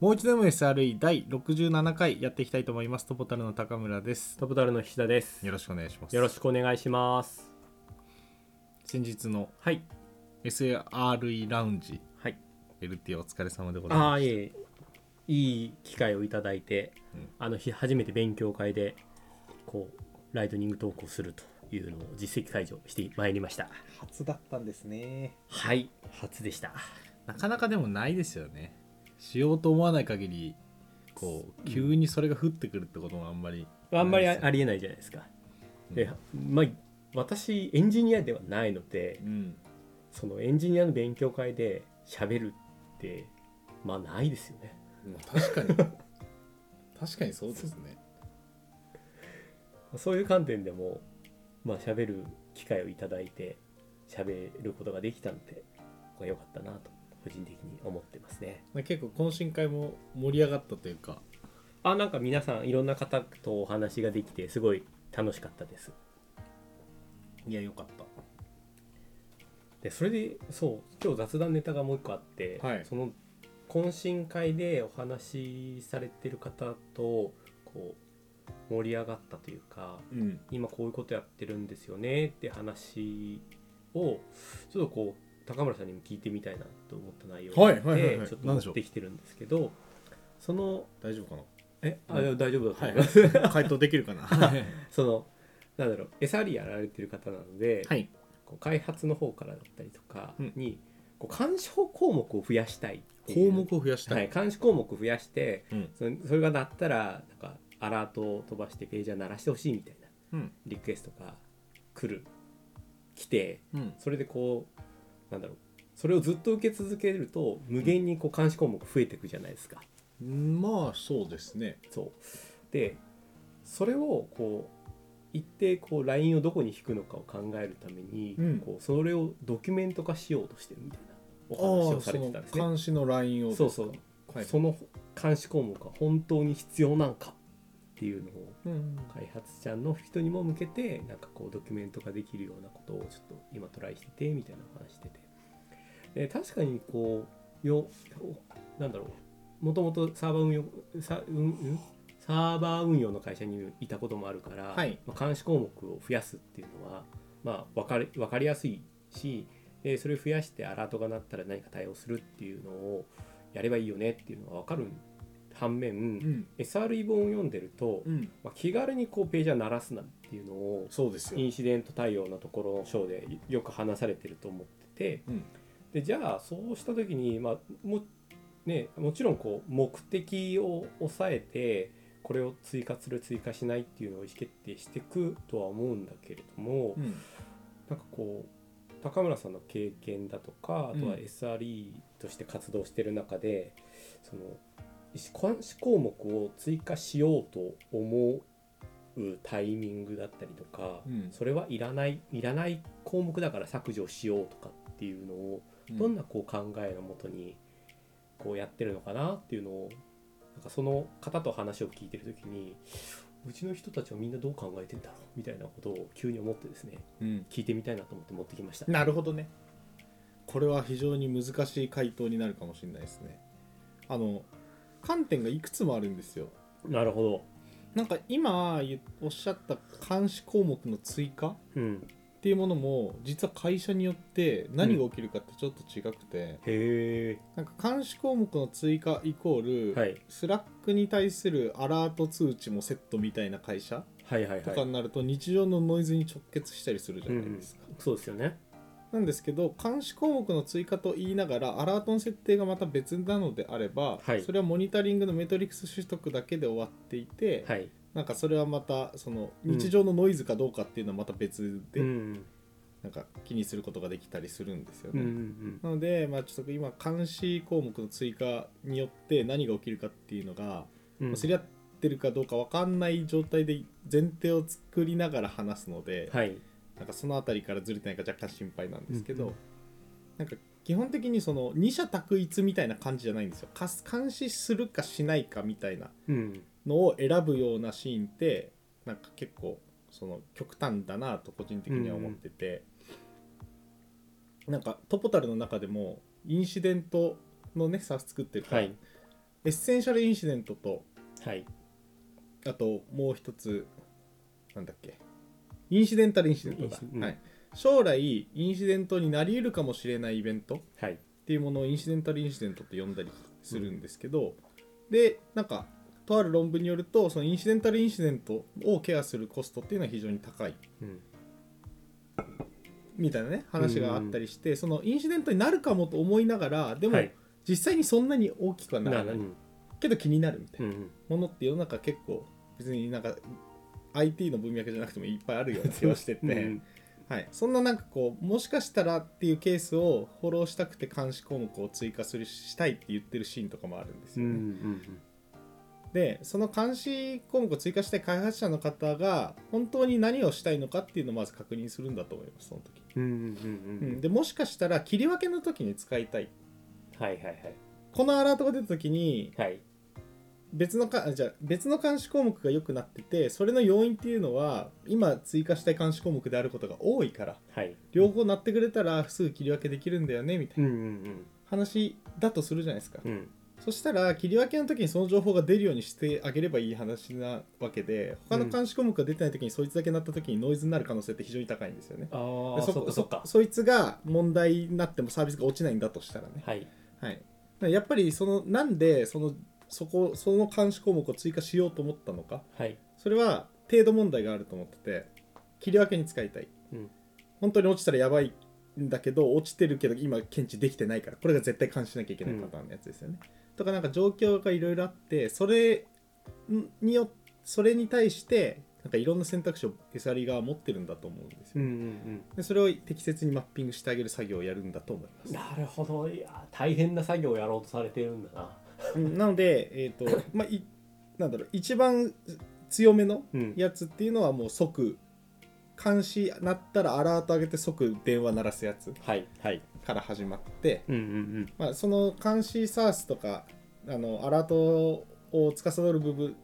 もう一度 MSRE 第67回やっていきたいと思いますトポタルの高村ですトップタルの菱田です。よよろしくお願いしますろしくお願いします。先日のはい。 SRE ラウンジはい。 LT お疲れ様でございあまあ、すいえいえ。いい機会をいただいて、うんあの日初めて勉強会で、こう、ライトニングトークをするというのを実績解除してまいりました。初だったんですねはい。初でした。なかなかでもないですよねしようと思わない限りこう急にそれが降ってくるってこともあんまりあんまりなあいですありえないじゃないですか。うんで、まあ、私、エンジニアではないので、うんそのエンジニアの勉強会で喋るって、まあ、ないですよね。まあ確かに 確かにそうですねそういう観点でも、まあ、喋る機会をいただいて、喋ることができたので、これ良かったなと、個人的に思ってますね。まあ結構懇親会も盛り上がったというかあ、なんか皆さん、いろんな方とお話ができて、すごい楽しかったです。いやよかったで、それで、そう、今日雑談ネタがもう一個あって、はいその、懇親会でお話しされてる方と、こう、盛り上がったというか、うん今こういうことやってるんですよねって話をちょっとこう高村さんにも聞いてみたいなと思った内容はいはいはいはいちょっと何持でしょうってきてるんですけどその大丈夫かなえあうん大丈夫だと思います、 はい、回答できるかなは そのなんだろう SRE やられてる方なので、いこう開発の方からだったりとかうんに、こう監視項目を増やしたいってい項う目を増やしたい、はい、監視項目を増やしてうんそのそれが鳴ったらなんかアラートを飛ばしてページャー鳴らしてほしいみたいなうんリクエストが来る来てうんそれでこうなんだろうそれをずっと受け続けると無限にこう監視項目増えていくじゃないですか。まあそうですねそうでそれをこう一定こうラインをどこに引くのかを考えるために、うんこうそれをドキュメント化しようとしてるみたいなお話あをあそされてのたんですね。監視のラインをそうそう、はいその監視項目が本当に必要なんかっていうのをうん開発者の人にも向けてなんかこうドキュメントができるようなことをちょっと今トライしててみたいなお話しててで確かにこうよなんだろうもともとサーバー運用サ,、うんうん、サーバー運用の会社にいたこともあるから、はいまあ監視項目を増やすっていうのは、まあ、分かり分かりやすいしでそれを増やしてアラートが鳴ったら何か対応するっていうのをやればいいよねっていうのは分かる反面、うん、 SRE 本を読んでると、うん、まあ、気軽にこうページャー鳴らすなっていうのをそうですイよンシデント対応のところの章でよく話されてると思っててうんでじゃあそうした時に、まあもね、もちろんこう目的を抑えてこれを追加する追加しないっていうのを意思決定していくとは思うんだけれども、うんなんかこう高村さんの経験だとかあとはうん SRE として活動してる中で、その意思監視項目を追加しようと思うタイミングだったりとか、うんそれはいらないいらない項目だから削除しようとかっていうのをうんどんなこう考えのもとにこうやってるのかなっていうのをなんかその方と話を聞いてる時にうちの人たちはみんなどう考えてんだろうみたいなことを急に思ってですねうん聞いてみたいなと思って持ってきましたなるほどねこれは非常に難しい回答になるかもしれないですねあの観点がいくつもあるんですよなるほなんか今言おっしゃった監視項目の追加っどうんていうものも実は会社によって何が起きるかってちょっと違くて、へなんか監視項目の追加イコール、え、はい、スラックに対するアラート通知もセットみたいな会社はいはいとはかいになると日常のノイズに直結したりするじゃないですか、そうですよねなんですけど監視項目の追加と言いながらアラートの設定がまた別なのであれば、はいそれはモニタリングのメトリクス取得だけで終わっていて、はいなんかそれはまたその日常のノイズかどうかっていうのはまた別で、うんなんか気にすることができたりするんですようんうね。んなので、まあ、ちょっと今監視項目の追加によって何が起きるかっていうのが、うんまあ競り合ってるかどうか分かんない状態で前提を作りながら話すので、はいなんかその辺りからずれてないか若干心配なんですけど、うんうんなんか基本的にその二者択一みたいな感じじゃないんですよかす監視するかしないかみたいなうんのを選ぶようなシーンってなんか結構その極端だなと個人的には思ってて、なんかトポタルの中でもインシデントのねさ作ってるかはら、いエッセンシャルインシデントとはいあともう一つなんだっけインシデンタルインシデントだ、インシうんはい、将来インシデントになり得るかもしれないイベントっはいていうものをインシデンタルインシデントって呼んだりするんですけど、でなんかとある論文によるとそのインシデンタルインシデントをケアするコストっていうのは非常に高いうんみたいなね話があったりして、そのインシデントになるかもと思いながらでもはい実際にそんなに大きくはなならなないうんけど気になるみたいなうんうんものって世の中結構別になんか IT の文脈じゃなくてもいっぱいあるような気はしてて、 うんはい、そんななんかこうもしかしたらっていうケースをフォローしたくて監視項目を追加するしたいって言ってるシーンとかもあるんですうんうよね。んでその監視項目を追加したい開発者の方が本当に何をしたいのかっていうのをまず確認するんだと思いますその時、うんうんうんううんんでもしかしたら切り分けの時に使いたいはいはいはいこのアラートが出た時にはい別のかじゃあ別の監視項目が良くなっててそれの要因っていうのは今追加したい監視項目であることが多いからはい両方なってくれたらすぐ切り分けできるんだよねみたいなうんうん話だとするじゃないですか、うんうんそしたら切り分けの時にその情報が出るようにしてあげればいい話なわけで他の監視項目が出てない時にそいつだけなった時にノイズになる可能性って非常に高いんですよね、あであそっかそっかそいつが問題になってもサービスが落ちないんだとしたらね、はいはい、だからやっぱりそのなんでそのそこその監視項目を追加しようと思ったのかはいそれは程度問題があると思ってて切り分けに使いたいうん本当に落ちたらやばいんだけど落ちてるけど今検知できてないからこれが絶対監視しなきゃいけないパターンのやつですよね、とかなんか状況がいろいろあってそれによそれに対してなんかいろんな選択肢を SRE 側は持ってるんだと思うんですうよ、んうんでそれを適切にマッピングしてあげる作業をやるんだと思いまうすんなるほどいや大変な作業をやろうとされてるんだなうんなので、えーとまあ、いなんだろう一番強めのうんやつっていうのはもう即監視なったらアラート上げて即電話鳴らすやつはいはいから始まって、うんうんまあ、その監視サースとかあのアラートを司る部分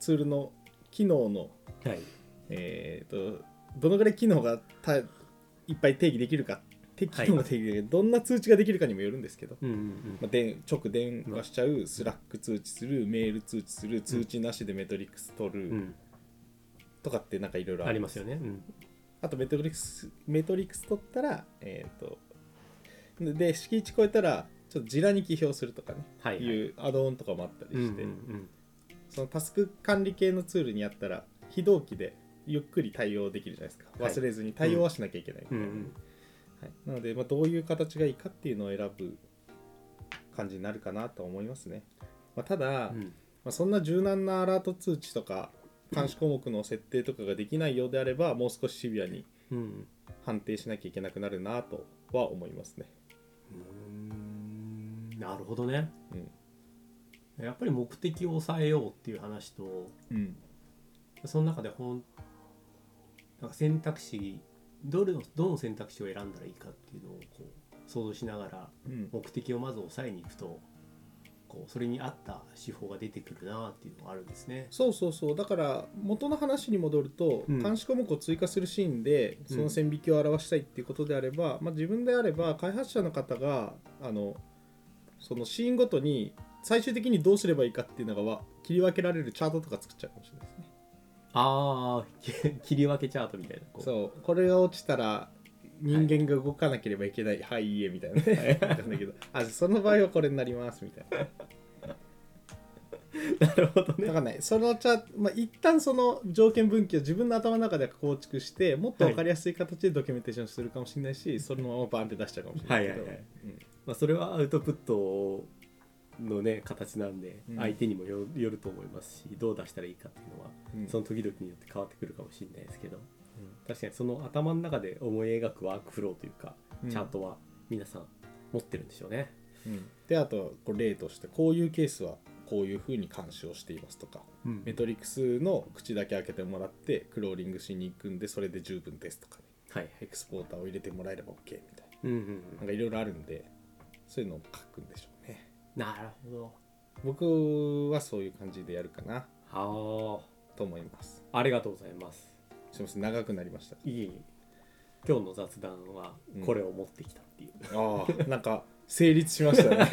ツールの機能の、うんはいえー、とどのぐらい機能がたいっぱい定義できるかて機能が定義できる、どんな通知ができるかにもよるんですけどうんうんまあ、で直電話しちゃう、スラック通知する、メール通知する、通知なしでメトリックス取うんうるんとかってなんかいろいろありまますよねうんあとメトリックス、メトリックス取ったら、えっ、と、で、敷地超えたら、ちょっとジラに起標するとかね、、はいいはいうアドオンとかもあったりうんうして、んそのタスク管理系のツールにやったら、非同期でゆっくり対応できるじゃないですか。はい忘れずに対応はしなきゃいけないみうたんいな、うんはい、なので、まあ、どういう形がいいかっていうのを選ぶ感じになるかなと思いますね、まあ、ただ、うんまあ、そんな柔軟なアラート通知とか監視項目の設定とかができないようであればもう少しシビアにうん判定しなきゃいけなくなるなとは思いますね、うんなるほどねうんやっぱり目的を抑えようっていう話とうん、その中でほんなんか選択肢どれのどの選択肢を選んだらいいかっていうのをこう想像しながらうん目的をまず抑えに行くとこうそれに合った手法が出てくるなっていうのがあるんですね。そうそうそうだから元の話に戻ると、うん監視項目を追加するシーンでその線引きを表したいっていうことであれば、まあ、自分であれば開発者の方があのそのシーンごとに最終的にどうすればいいかっていうのがわ切り分けられるチャートとか作っちゃうかもしれないですね。ああ切り分けチャートみたいなこうそうこれが落ちたら人間が動かなければいけない、はい、いいえみたいなね。わかんないけどあその場合はこれになりますみたいな。なるほどね。わかんないそのチャート、まあ、一旦その条件分岐を自分の頭の中で構築してもっと分かりやすい形でドキュメンテーションするかもしれないし、そのままバンって出しちゃうかもしれないけど、はいはいはいまあ、それはアウトプットのね形なんでうん相手にもよよると思いますしどう出したらいいかっていうのはうんうんその時々によって変わってくるかもしれないですけどうん確かにその頭の中で思い描くワークフローというか、うんチャートは皆さん持ってるんでしょうね。うんであとこう例としてこういうケースはこういうふうに監視をしていますとかうんメトリックスの口だけ開けてもらってクローリングしに行くんでそれで十分ですとかねはいはい。エクスポーターを入れてもらえれば OK みたいうんうなんうなんかいろいろあるんでそういうのを書くんでしょうねん、なるほど。僕はそういう感じでやるかなはと思いますあありがとうございます。すいません長くなりましたいい今日の雑談はうんこれを持ってきたっていう。 ああなんか成立しましたね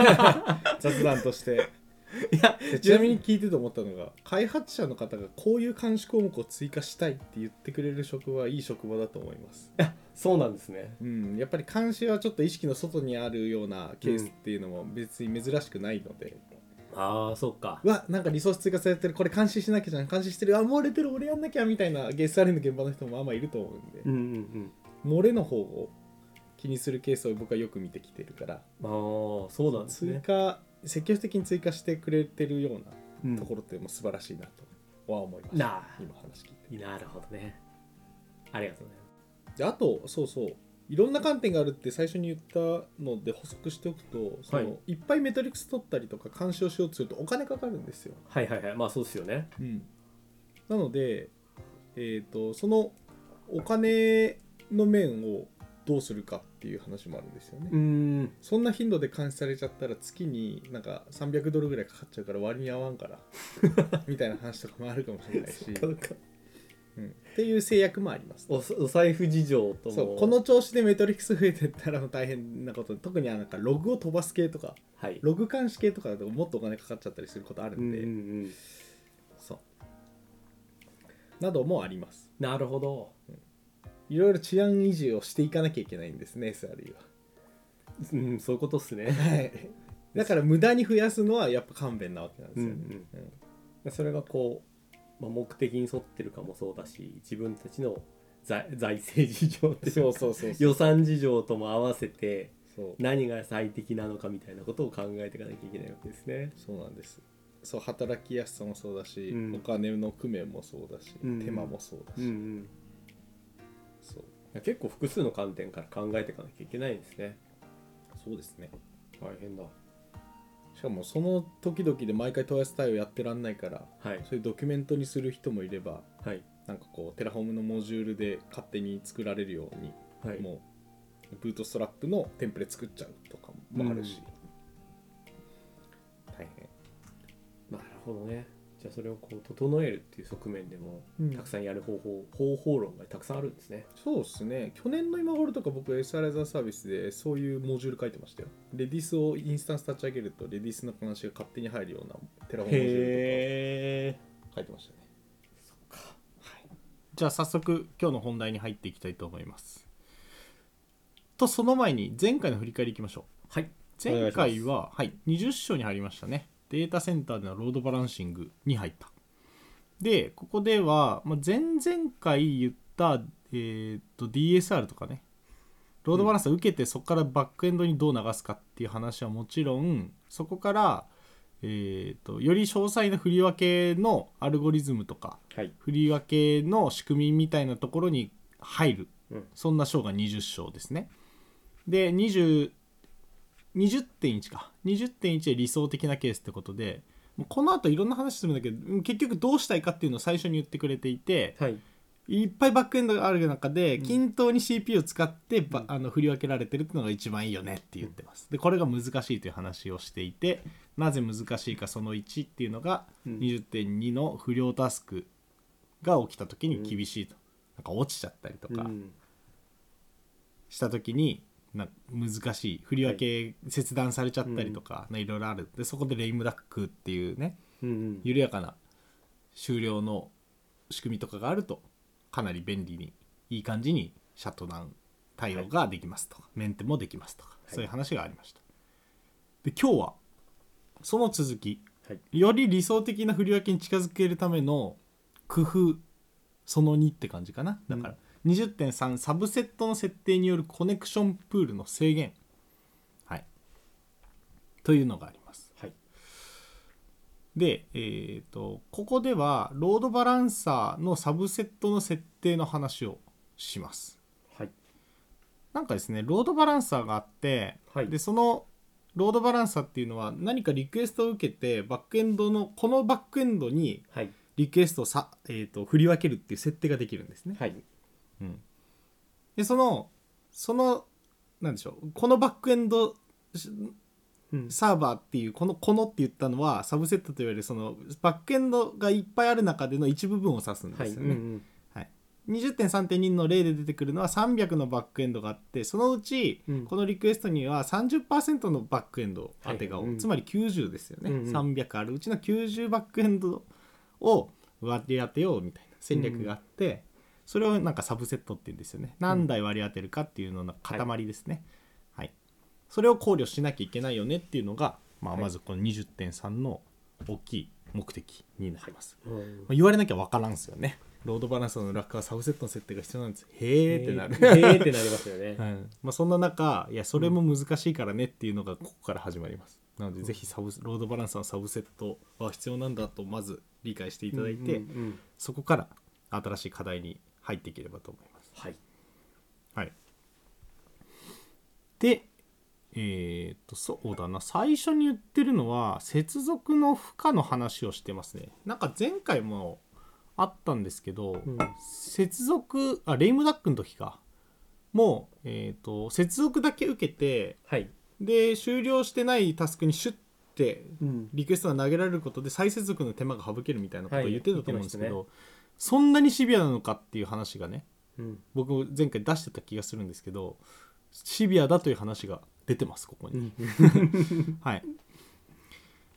雑談として いやでちなみに聞いてて思ったのが開発者の方がこういう監視項目を追加したいって言ってくれる職場はいい職場だと思います、そうなんですねうん、やっぱり監視はちょっと意識の外にあるようなケースっていうのも別に珍しくないので、ああそうかうわなんかリソース追加されてるこれ監視しなきゃじゃん監視してるあ漏れてる俺やんなきゃみたいな SRE の現場の人もあんまいると思うんで、うんうん漏れの方を気にするケースを僕はよく見てきてるから、うんああそうなんです追ね、加積極的に追加してくれてるようなうんところってもう素晴らしいなとは思いました、なあ今話聞いてなるほどねありがとうございまであとそうそういろんな観点があるって最初に言ったので補足しておくとその、、はいっぱいメトリクス取ったりとか干渉しようとするとお金かかるんですよ、すはいはいはいまあそうですよねなので、えー、とそのお金の面をどうするかっていう話もあるんですよね、うーんそんな頻度で監視されちゃったら月になんか300ドルぐらいかかっちゃうから割に合わんから みたいな話とかもあるかもしれないし、そうかうんっていう制約もありますおお財布事情ともそうこの調子でメトリックス増えてったらもう大変なこと特にあのなんかログを飛ばす系とかはいログ監視系とかだともっとお金かかっちゃったりすることあるうんんうで、んうんそうなどもありますなるほどいろいろ治安維持をしていかなきゃいけないんですね SRE うんそういうことっす ねははいだから無駄に増やすのはやっぱ勘弁なわけなんですよね、うんそれがこう、まあ、目的に沿ってるかもそうだし自分たちの財財政事情っていうかそうそうそう そう予算事情とも合わせてそう何が最適なのかみたいなことを考えていかなきゃいけないわけですね。そうなんですそう働きやすさもそうだし、うんお金の工面もそうだし、うん手間もそうだし、んそううん、結構複数の観点から考えていかなきゃいけないんですね。そうですね大変だ。しかもその時々で毎回問い合わせ対応やってらんないからはいそういうドキュメントにする人もいればはいなんかこうテラフォームのモジュールで勝手に作られるように、はい。もうブートストラップのテンプレ作っちゃうとかもあるし、大変なるほどね。じゃあそれをこう整えるっていう側面でも、うんたくさんやる方法方法論がたくさんあるんですね。そうですね去年の今頃とか僕 SR ザーサービスでそういうモジュール書いてましたよレディスをインスタンス立ち上げるとレディスの話が勝手に入るようなテラフォームモジュールへえ。とか書いてましたねそっか。じゃあ早速今日の本題に入っていきたいと思いますとその前に前回の振り返りいきましょうはい。前回は、はい、20章に入りましたねデータセンターでのロードバランシングに入ったでここでは、まあ、前々回言った、えー、と DSR とかねロードバランスを受けてそこからバックエンドにどう流すかっていう話はもちろんそこから、えー、とより詳細な振り分けのアルゴリズムとかはい。振り分けの仕組みみたいなところに入るうん。そんな章が20章ですね。で、20 20.1か。20.1で理想的なケースってことで、もうこの後いろんな話するんだけど、うん結局どうしたいかっていうのを最初に言ってくれていて、はい。いっぱいバックエンドがある中で、均等に CPU を使ってば、あの振り分けられてるっていうのが一番いいよねって言ってます。で、これが難しいという話をしていて、なぜ難しいかその1っていうのが、うん20.2の不良タスクが起きた時に厳しいと。なんか落ちちゃったりとか、うんした時にな難しい振り分け切断されちゃったりとか、いろいろあるでそこでレイムダックっていうねうんうん緩やかな終了の仕組みとかがあるとかなり便利にいい感じにシャットダウン対応ができますとか、メンテもできますとか、いそういう話がありましたで今日はその続きはい。より理想的な振り分けに近づけるための工夫その2って感じかなだから、20.3サブセットの設定によるコネクションプールの制限はいというのがありますはい。でえっ、とここではロードバランサーのサブセットの設定の話をしますはい。なんかですねロードバランサーがあって、はいでそのロードバランサーっていうのは何かリクエストを受けてバックエンドのこのバックエンドにはい。リクエストをさ、えー、と振り分けるっていう設定ができるんですね。はい。でそのそのなんでしょうこのバックエンドしうんサーバーっていうこの「この」って言ったのはサブセットといわれるそのバックエンドがいっぱいある中での一部分を指すんはでい。すようんうね。ん20.3.2の例で出てくるのは300のバックエンドがあってそのうちうんこのリクエストには30%のバックエンド当てが多い、はいうんつまり90ですよね、うんうん300あるうちの90バックエンドを割り当てようみたいな戦略があって、それをなんかサブセットって言うんですよね何台割り当てるかっていうのの塊ですね、はいそれを考慮しなきゃいけないよねっていうのが、まあ、はいまずこの20.3の大きい目的になります、うんまあ言われなきゃ分からんすよねロードバランスの楽化はサブセットの設定が必要なんですへえってなる、へーってなりますよね。 うんまあ、そんな中いやそれも難しいからねっていうのがここから始まりますなのでぜひサブロードバランスのサブセットは必要なんだとまず理解していただいて、うんうんうんそこから新しい課題に入っていければと思いますはい。はいでえーっとそうだな最初に言ってるのは接続の負荷の話をしてますねなんか前回もあったんですけど、うん接続あレイムダックの時かもう、えー、と接続だけ受けてはい。で終了してないタスクにシュッてうん。リクエストが投げられることで再接続の手間が省けるみたいなことをはい言ってたと思うんですけど、言っそんなにシビアなのかっていう話がねうん。僕も前回出してた気がするんですけどシビアだという話が出てますここに。はい。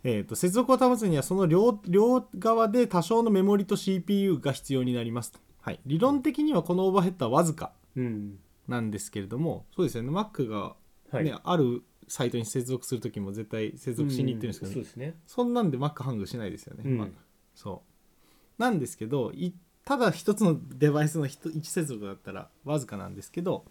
えー、と接続を保つにはその両両側で多少のメモリと CPU が必要になります、はい、理論的にはこのオーバーヘッドはわずかうん。なんですけれどもそうですよね Mac が、はい。ねあるサイトに接続する時も絶対接続しに行ってるんですけど、そうですね。そんなんで Mac ハングしないですよね、うんまあそうなんですけどいただ一つのデバイスの一一接続だったらわずかなんですけど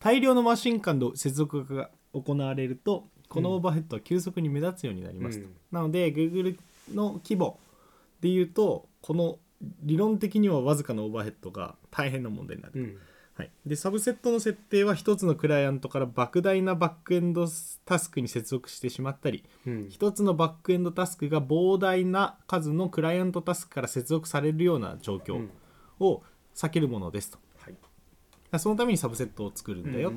大量のマシン間で接続が行われるとこのオーバーヘッドは急速に目立つようになりますと、うんなので Google の規模でいうとこの理論的にはわずかのオーバーヘッドが大変な問題になる、うん。はい、でサブセットの設定は一つのクライアントから莫大なバックエンドタスクに接続してしまったりうん。一つのバックエンドタスクが膨大な数のクライアントタスクから接続されるような状況を避けるものですと、はい。そのためにサブセットを作るんだよ、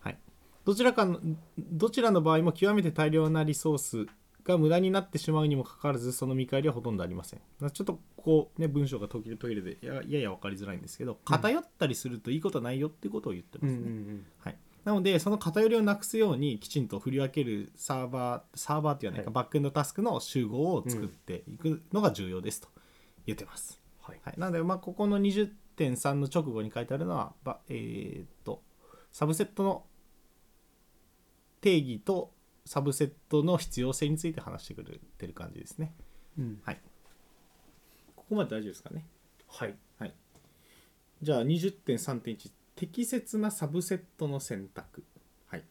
はい、どちらかのどちらの場合も極めて大量なリソースが無駄になってしまうにもかかわらずその見返りはほとんどありませんまあちょっとこうね文章が途切れ途切れでややや分かりづらいんですけど偏ったりするといいことはないよってことを言ってますうん。ね、うん。はい、なのでその偏りをなくすようにきちんと振り分けるサーバーサーバーっていうのはないか、はいバックエンドタスクの集合を作っていくのが重要ですと言ってます、はい。はい、なのでまあここの20.3の直後に書いてあるのはばえーっとサブセットの定義とサブセットの必要性について話してくれてる感じですねうん。はいここまで大丈夫ですかねはい。はいじゃあ20.3.1適切なサブセットの選択はい、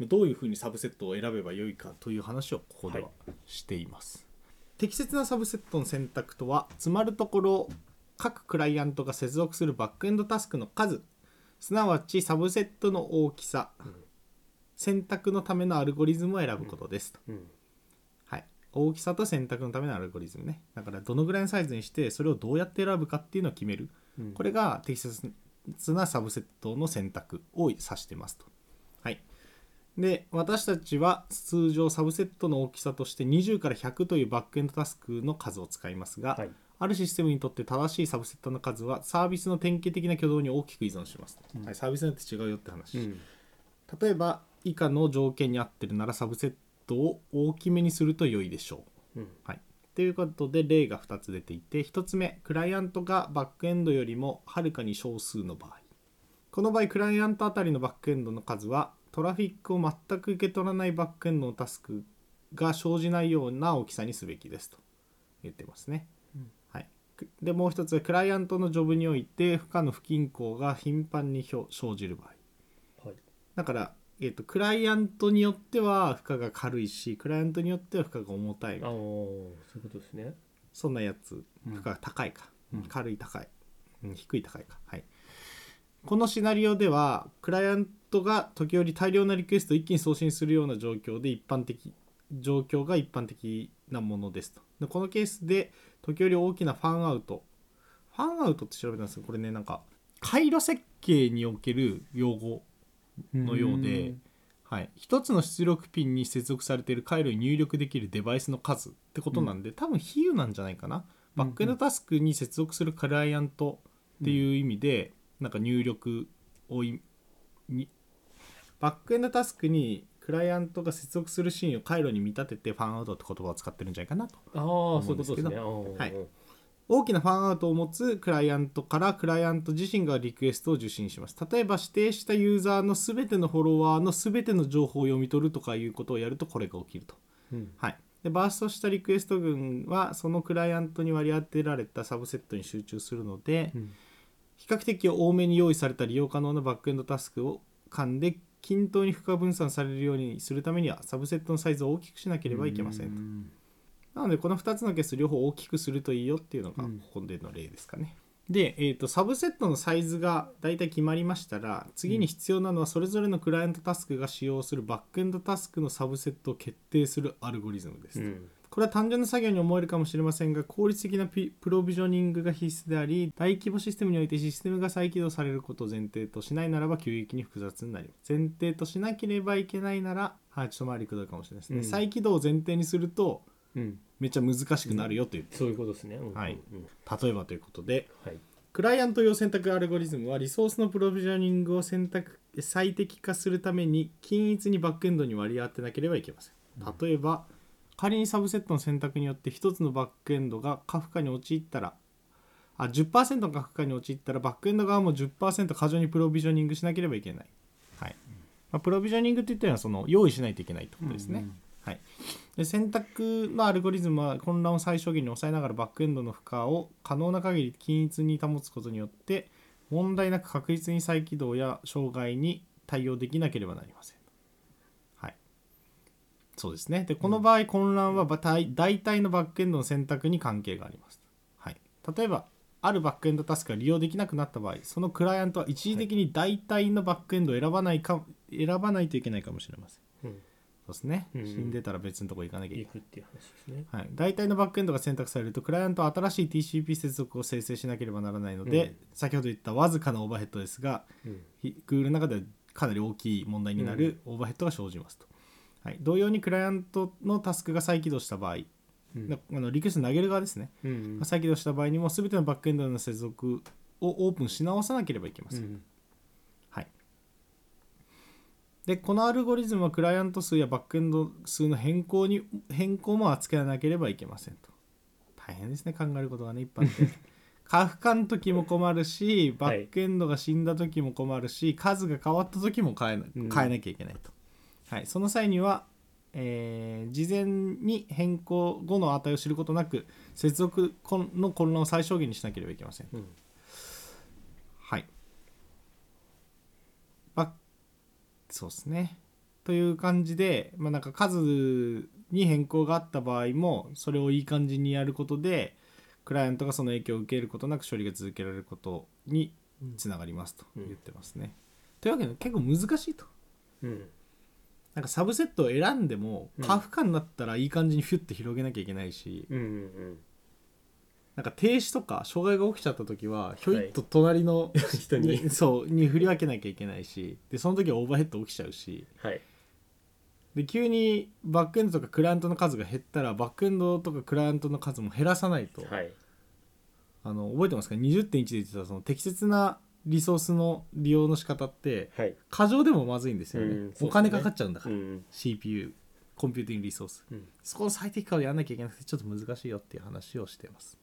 どういうふうにサブセットを選べばよいかという話をここでははしています、適切なサブセットの選択とはつまるところ各クライアントが接続するバックエンドタスクの数すなわちサブセットの大きさ、選択のためのアルゴリズムを選ぶことですと、うん。はい、大きさと選択のためのアルゴリズムねだからどのぐらいのサイズにしてそれをどうやって選ぶかっていうのを決める、うんこれが適切なサブセットの選択を指してますとはいで私たちは通常サブセットの大きさとして20から100というバックエンドタスクの数を使いますが、はいあるシステムにとって正しいサブセットの数はサービスの典型的な挙動に大きく依存します、はい、サービスによって違うよって話、うん。例えば以下の条件に合ってるならサブセットを大きめにすると良いでしょう。うんはい、ということで例が2つ出ていて1つ目クライアントがバックエンドよりもはるかに少数の場合この場合クライアントあたりのバックエンドの数はトラフィックを全く受け取らないバックエンドのタスクが生じないような大きさにすべきですと言ってますね。はい、くでもう一つクライアントのジョブにおいて負荷の不均衡が頻繁に表生じる場合はい。だから、えー、とクライアントによっては負荷が軽いしクライアントによっては負荷が重たいああ、そういうことですね。そんなやつ負荷が高いか、うん軽い高い、うん低い高いかはいこのシナリオではクライアントが時折大量なリクエストを一気に送信するような状況で一般的状況が一般的なものですとでこのケースで時折大きなファンアウトファンアウトって調べたんですけどこれねなんか回路設計における用語のようでんはい、一つの出力ピンに接続されている回路に入力できるデバイスの数ってことなんで、多分比喩なんじゃないかなバックエンドタスクに接続するクライアントっていう意味で、なんか入力をいにバックエンドタスクにクライアントが接続するシーンを回路に見立ててファンアウトって言葉を使ってるんじゃないかなとああんそういうことですですけね。ははい大きなファンアウトを持つクライアントからクライアント自身がリクエストを受信します例えば指定したユーザーの全てのフォロワーの全ての情報を読み取るとかいうことをやるとこれが起きるとうんはい、でバーストしたリクエスト群はそのクライアントに割り当てられたサブセットに集中するので、うん比較的多めに用意された利用可能なバックエンドタスクを間で均等に負荷分散されるようにするためにはサブセットのサイズを大きくしなければいけませんとうんなのでこの2つのケース両方大きくするといいよっていうのがうんここでの例ですかね。で、えー、とサブセットのサイズが大体決まりましたら次に必要なのはそれぞれのクライアントタスクが使用するバックエンドタスクのサブセットを決定するアルゴリズムです。うんこれは単純な作業に思えるかもしれませんが効率的なピプロビジョニングが必須であり大規模システムにおいてシステムが再起動されることを前提としないならば急激に複雑になります前提としなければいけないならはいちょっと回りくどいかもしれないですね、うん再起動を前提にするとうんめっちゃ難しくなるよという、そういうことですね。うんはいうんうん例えばということではい。クライアント用選択アルゴリズムはリソースのプロビジョニングを選択最適化するために均一にバックエンドに割り当てなければいけません例えば、仮にサブセットの選択によって1つのバックエンドが過負荷に陥ったらあ10%の過負荷に陥ったらバックエンド側も10%過剰にプロビジョニングしなければいけない、はいまあ、プロビジョニングって言ったのはその用意しないといけないってことですね、うんうんはい、で選択のアルゴリズムは混乱を最小限に抑えながらバックエンドの負荷を可能な限り均一に保つことによって問題なく確実に再起動や障害に対応できなければなりません。はい、そうですねでこの場合混乱はば大大体のバックエンドの選択に関係があります。はい、例えばあるバックエンドタスクが利用できなくなった場合そのクライアントは一時的に大体のバックエンドを選ばないか、選ばないといけないかもしれません。うんそうですね、うん死んでたら別のとこ行かなきゃいけない行くっていう話ですね。はい、大体のバックエンドが選択されるとクライアントは新しい TCP 接続を生成しなければならないので、うん先ほど言ったわずかなオーバーヘッドですがうんひ Google の中ではかなり大きい問題になるオーバーヘッドが生じますと、はい、同様にクライアントのタスクが再起動した場合、うんなあのリクエスト投げる側ですね、うん再起動した場合にも全てのバックエンドの接続をオープンし直さなければいけません、うんはい、でこのアルゴリズムはクライアント数やバックエンド数の変更に変更も扱わなければいけませんと大変ですね考えることがね一般 で過負荷の時も困るしバックエンドが死んだ時も困るし、数が変わった時も変えなうん変えなきゃいけないと、はい、その際には、えー事前に変更後の値を知ることなく接続混の混乱を最小限にしなければいけませんうんはい。まあ、そうですね。という感じで、まあ、なんか数に変更があった場合もそれをいい感じにやることでクライアントがその影響を受けることなく処理が続けられることにつながりますとうん言ってますね。というわけで結構難しいと。うんなんかサブセットを選んでもうん過負荷になったらいい感じにフィュッて広げなきゃいけないし、うんうんなんか停止とか障害が起きちゃった時はひょいっと隣のうん人にねそうに振り分けなきゃいけないしでその時はオーバーヘッド起きちゃうしはいで急にバックエンドとかクライアントの数が減ったらバックエンドとかクライアントの数も減らさないと、はいあの覚えてますか20.1で言ってたその適切なリソースの利用の仕方ってはい過剰でもまずいんですよね,、うんそうですねお金かかっちゃうんだかうら、ん CPU コンピューティングリソースうんそこの最適化をやらなきゃいけなくてちょっと難しいよっていう話をしてます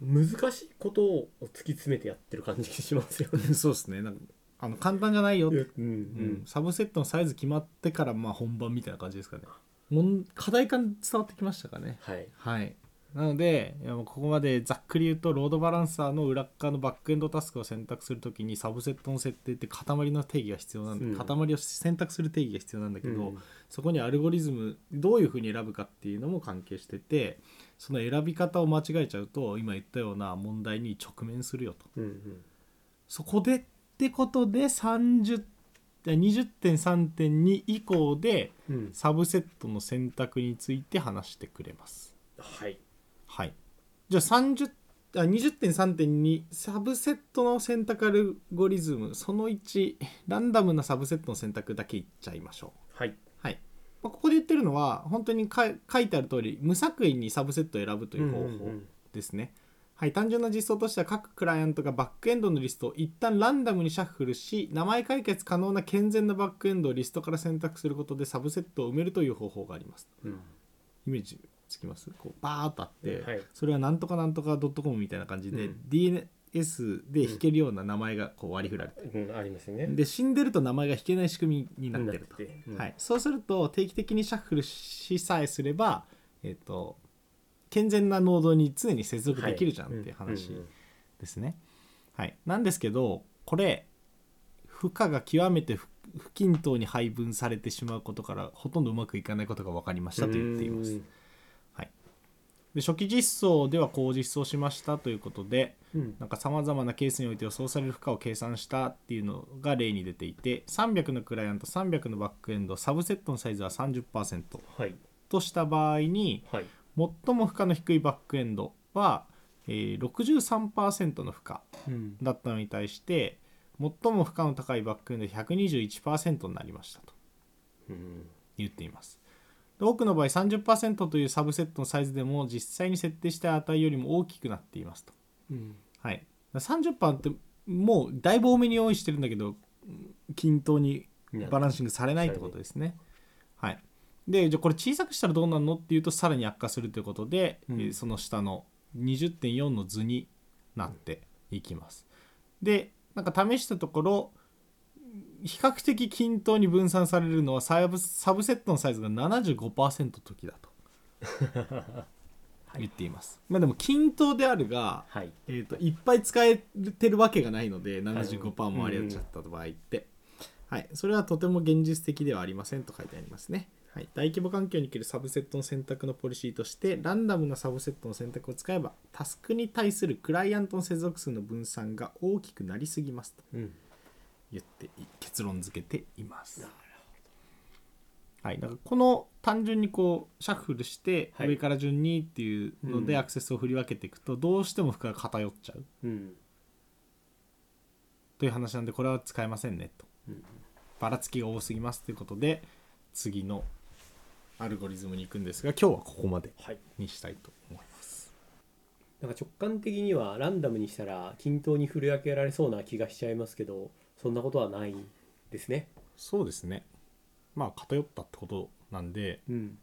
難しいことを突き詰めてやってる感じがしますよね。そうですねなんかあの簡単じゃないよってうんうんサブセットのサイズ決まってからまあ本番みたいな感じですかねもん課題感伝わってきましたかねはいはいなのでいやもうここまでざっくり言うとロードバランサーの裏っ側のバックエンドタスクを選択するときにサブセットの設定って塊の定義が必要なんで、うん塊を選択する定義が必要なんだけけど、ど、そこにアルゴリズムどういうふうに選ぶかっていうのも関係しててその選び方を間違えちゃうと今言ったような問題に直面するよとうんうんそこでってことで30いや20.3.2以降でうん、サブセットの選択について話してくれます。はいはい、じゃあ30あ20.3.2サブセットの選択アルゴリズムその1ランダムなサブセットの選択だけいっちゃいましょう。はいはいまあここで言ってるのは本当にか書いてある通り無作為にサブセットを選ぶという方法ですね。はい、単純な実装としては各クライアントがバックエンドのリストを一旦ランダムにシャッフルし名前解決可能な健全なバックエンドをリストから選択することでサブセットを埋めるという方法がありますうんイメージつきますこうバーッとあって、はいそれはなんとかなんとか .com みたいな感じで、うん DNS で弾けるような名前がこう割り振られてる、うん、ありますね。で死んでると名前が弾けない仕組みになってるとなっててうんはい、そうすると定期的にシャッフルしさえすれば、えっと健全なノードに常に接続できるじゃんっていう話うんうんですね。はい、なんですけどこれ負荷が極めて不不均等に配分されてしまうことからほとんどうまくいかないことが分かりましたと言っています。で初期実装ではこう実装しましたということでうんなんかさまざまなケースにおいて予想される負荷を計算したっていうのが例に出ていて300のクライアント300のバックエンドサブセットのサイズは30%はい。とした場合にはい。最も負荷の低いバックエンドは、えー、63%の負荷うん。だったのに対して最も負荷の高いバックエンド121%になりましたとうん。言っていますで多くの場合30%というサブセットのサイズでも実際に設定した値よりも大きくなっていますとうん。はい、30%ってもうだいぶ多めに用意してるんだけどうん均等にバランシングされないってことですね。はい、でじゃあこれ小さくしたらどうなるのっていうとさらに悪化するということで、うんえーその下の20.4の図になっていきます。でなんか試したところ比較的均等に分散されるのはサブサブセットのサイズが75%の時だと言っています。まあ、でも均等であるが、はい。えー、といっぱい使えてるわけがないので75%も割れちゃった場合って、はい、それはとても現実的ではありませんと書いてありますね、はい、大規模環境におけるサブセットの選択のポリシーとしてランダムなサブセットの選択を使えばタスクに対するクライアントの接続数の分散が大きくなりすぎますとうん。言ってい結論付けていますはい、だからこの単純にこうシャッフルしてはい上から順にっていうのうでんアクセスを振り分けていくとどうしても負荷が偏っちゃううん。という話なんでこれは使えませんねとうん。ばらつきが多すぎますということで次のアルゴリズムに行くんですが今日はここまではい。にしたいと思いますなんか直感的にはランダムにしたら均等に振り分けられそうな気がしちゃいますけど、そんなことはないですね。そうですねまあ偏ったってことなんで、うん。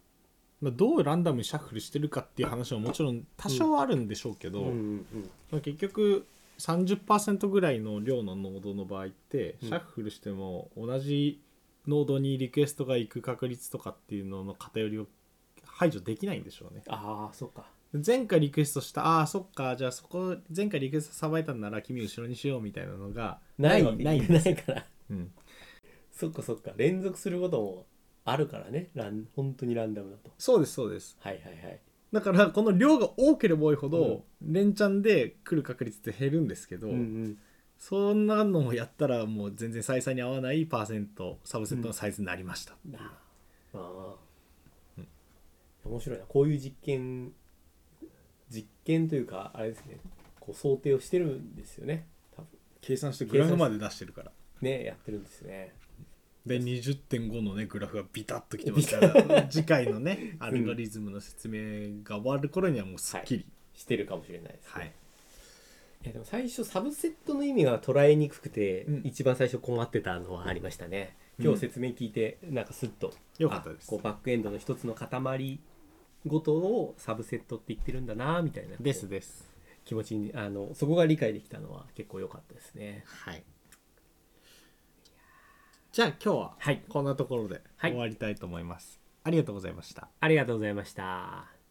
まあ、どうランダムにシャッフルしてるかっていう話ももちろん多少はあるんでしょうけうど、んうんまあ、結局30%ぐらいの量のノードの場合ってうシんャッフルしても同じノードにリクエストが行く確率とかっていうのの偏りを排除できないんでしょうねああ、そうか。前回リクエストしたああーそっかじゃあそこ前回リクエストさばいたんなら君後ろにしようみたいなのがないないなないい、 ないから。うん、そっかそっか。連続することもあるからね。ラン本当にランダムだと。そうですそうですはいはいはい。だからこの量が多ければ多いほど、連チャンで来る確率って減るんですけど、うんうん。そんなのもやったらもう全然採算に合わないパーセントサブセットのサイズになりました、ああ、面白いなこういう実験実験というかあれですねこう想定をしてるんですよね多分計算してグラフまで出してるからねやってるんですねで20.5のねグラフがビタッときてますから次回の ねアルゴリズムの説明が終わる頃にはもうすっきりしてるかもしれないです、はい、いやでも最初サブセットの意味が捉えにくくて、うん一番最初困ってたのはありましたねうん今日説明聞いてなんかスッと、よかったですあこうバックエンドの一つの塊ごとをサブセットって言ってるんだなみたいなですこですう気持ちにあのそこが理解できたのは結構良かったですねはいじゃあ今日ははいこんなところではい終わりたいと思います、ありがとうございましたありがとうございました。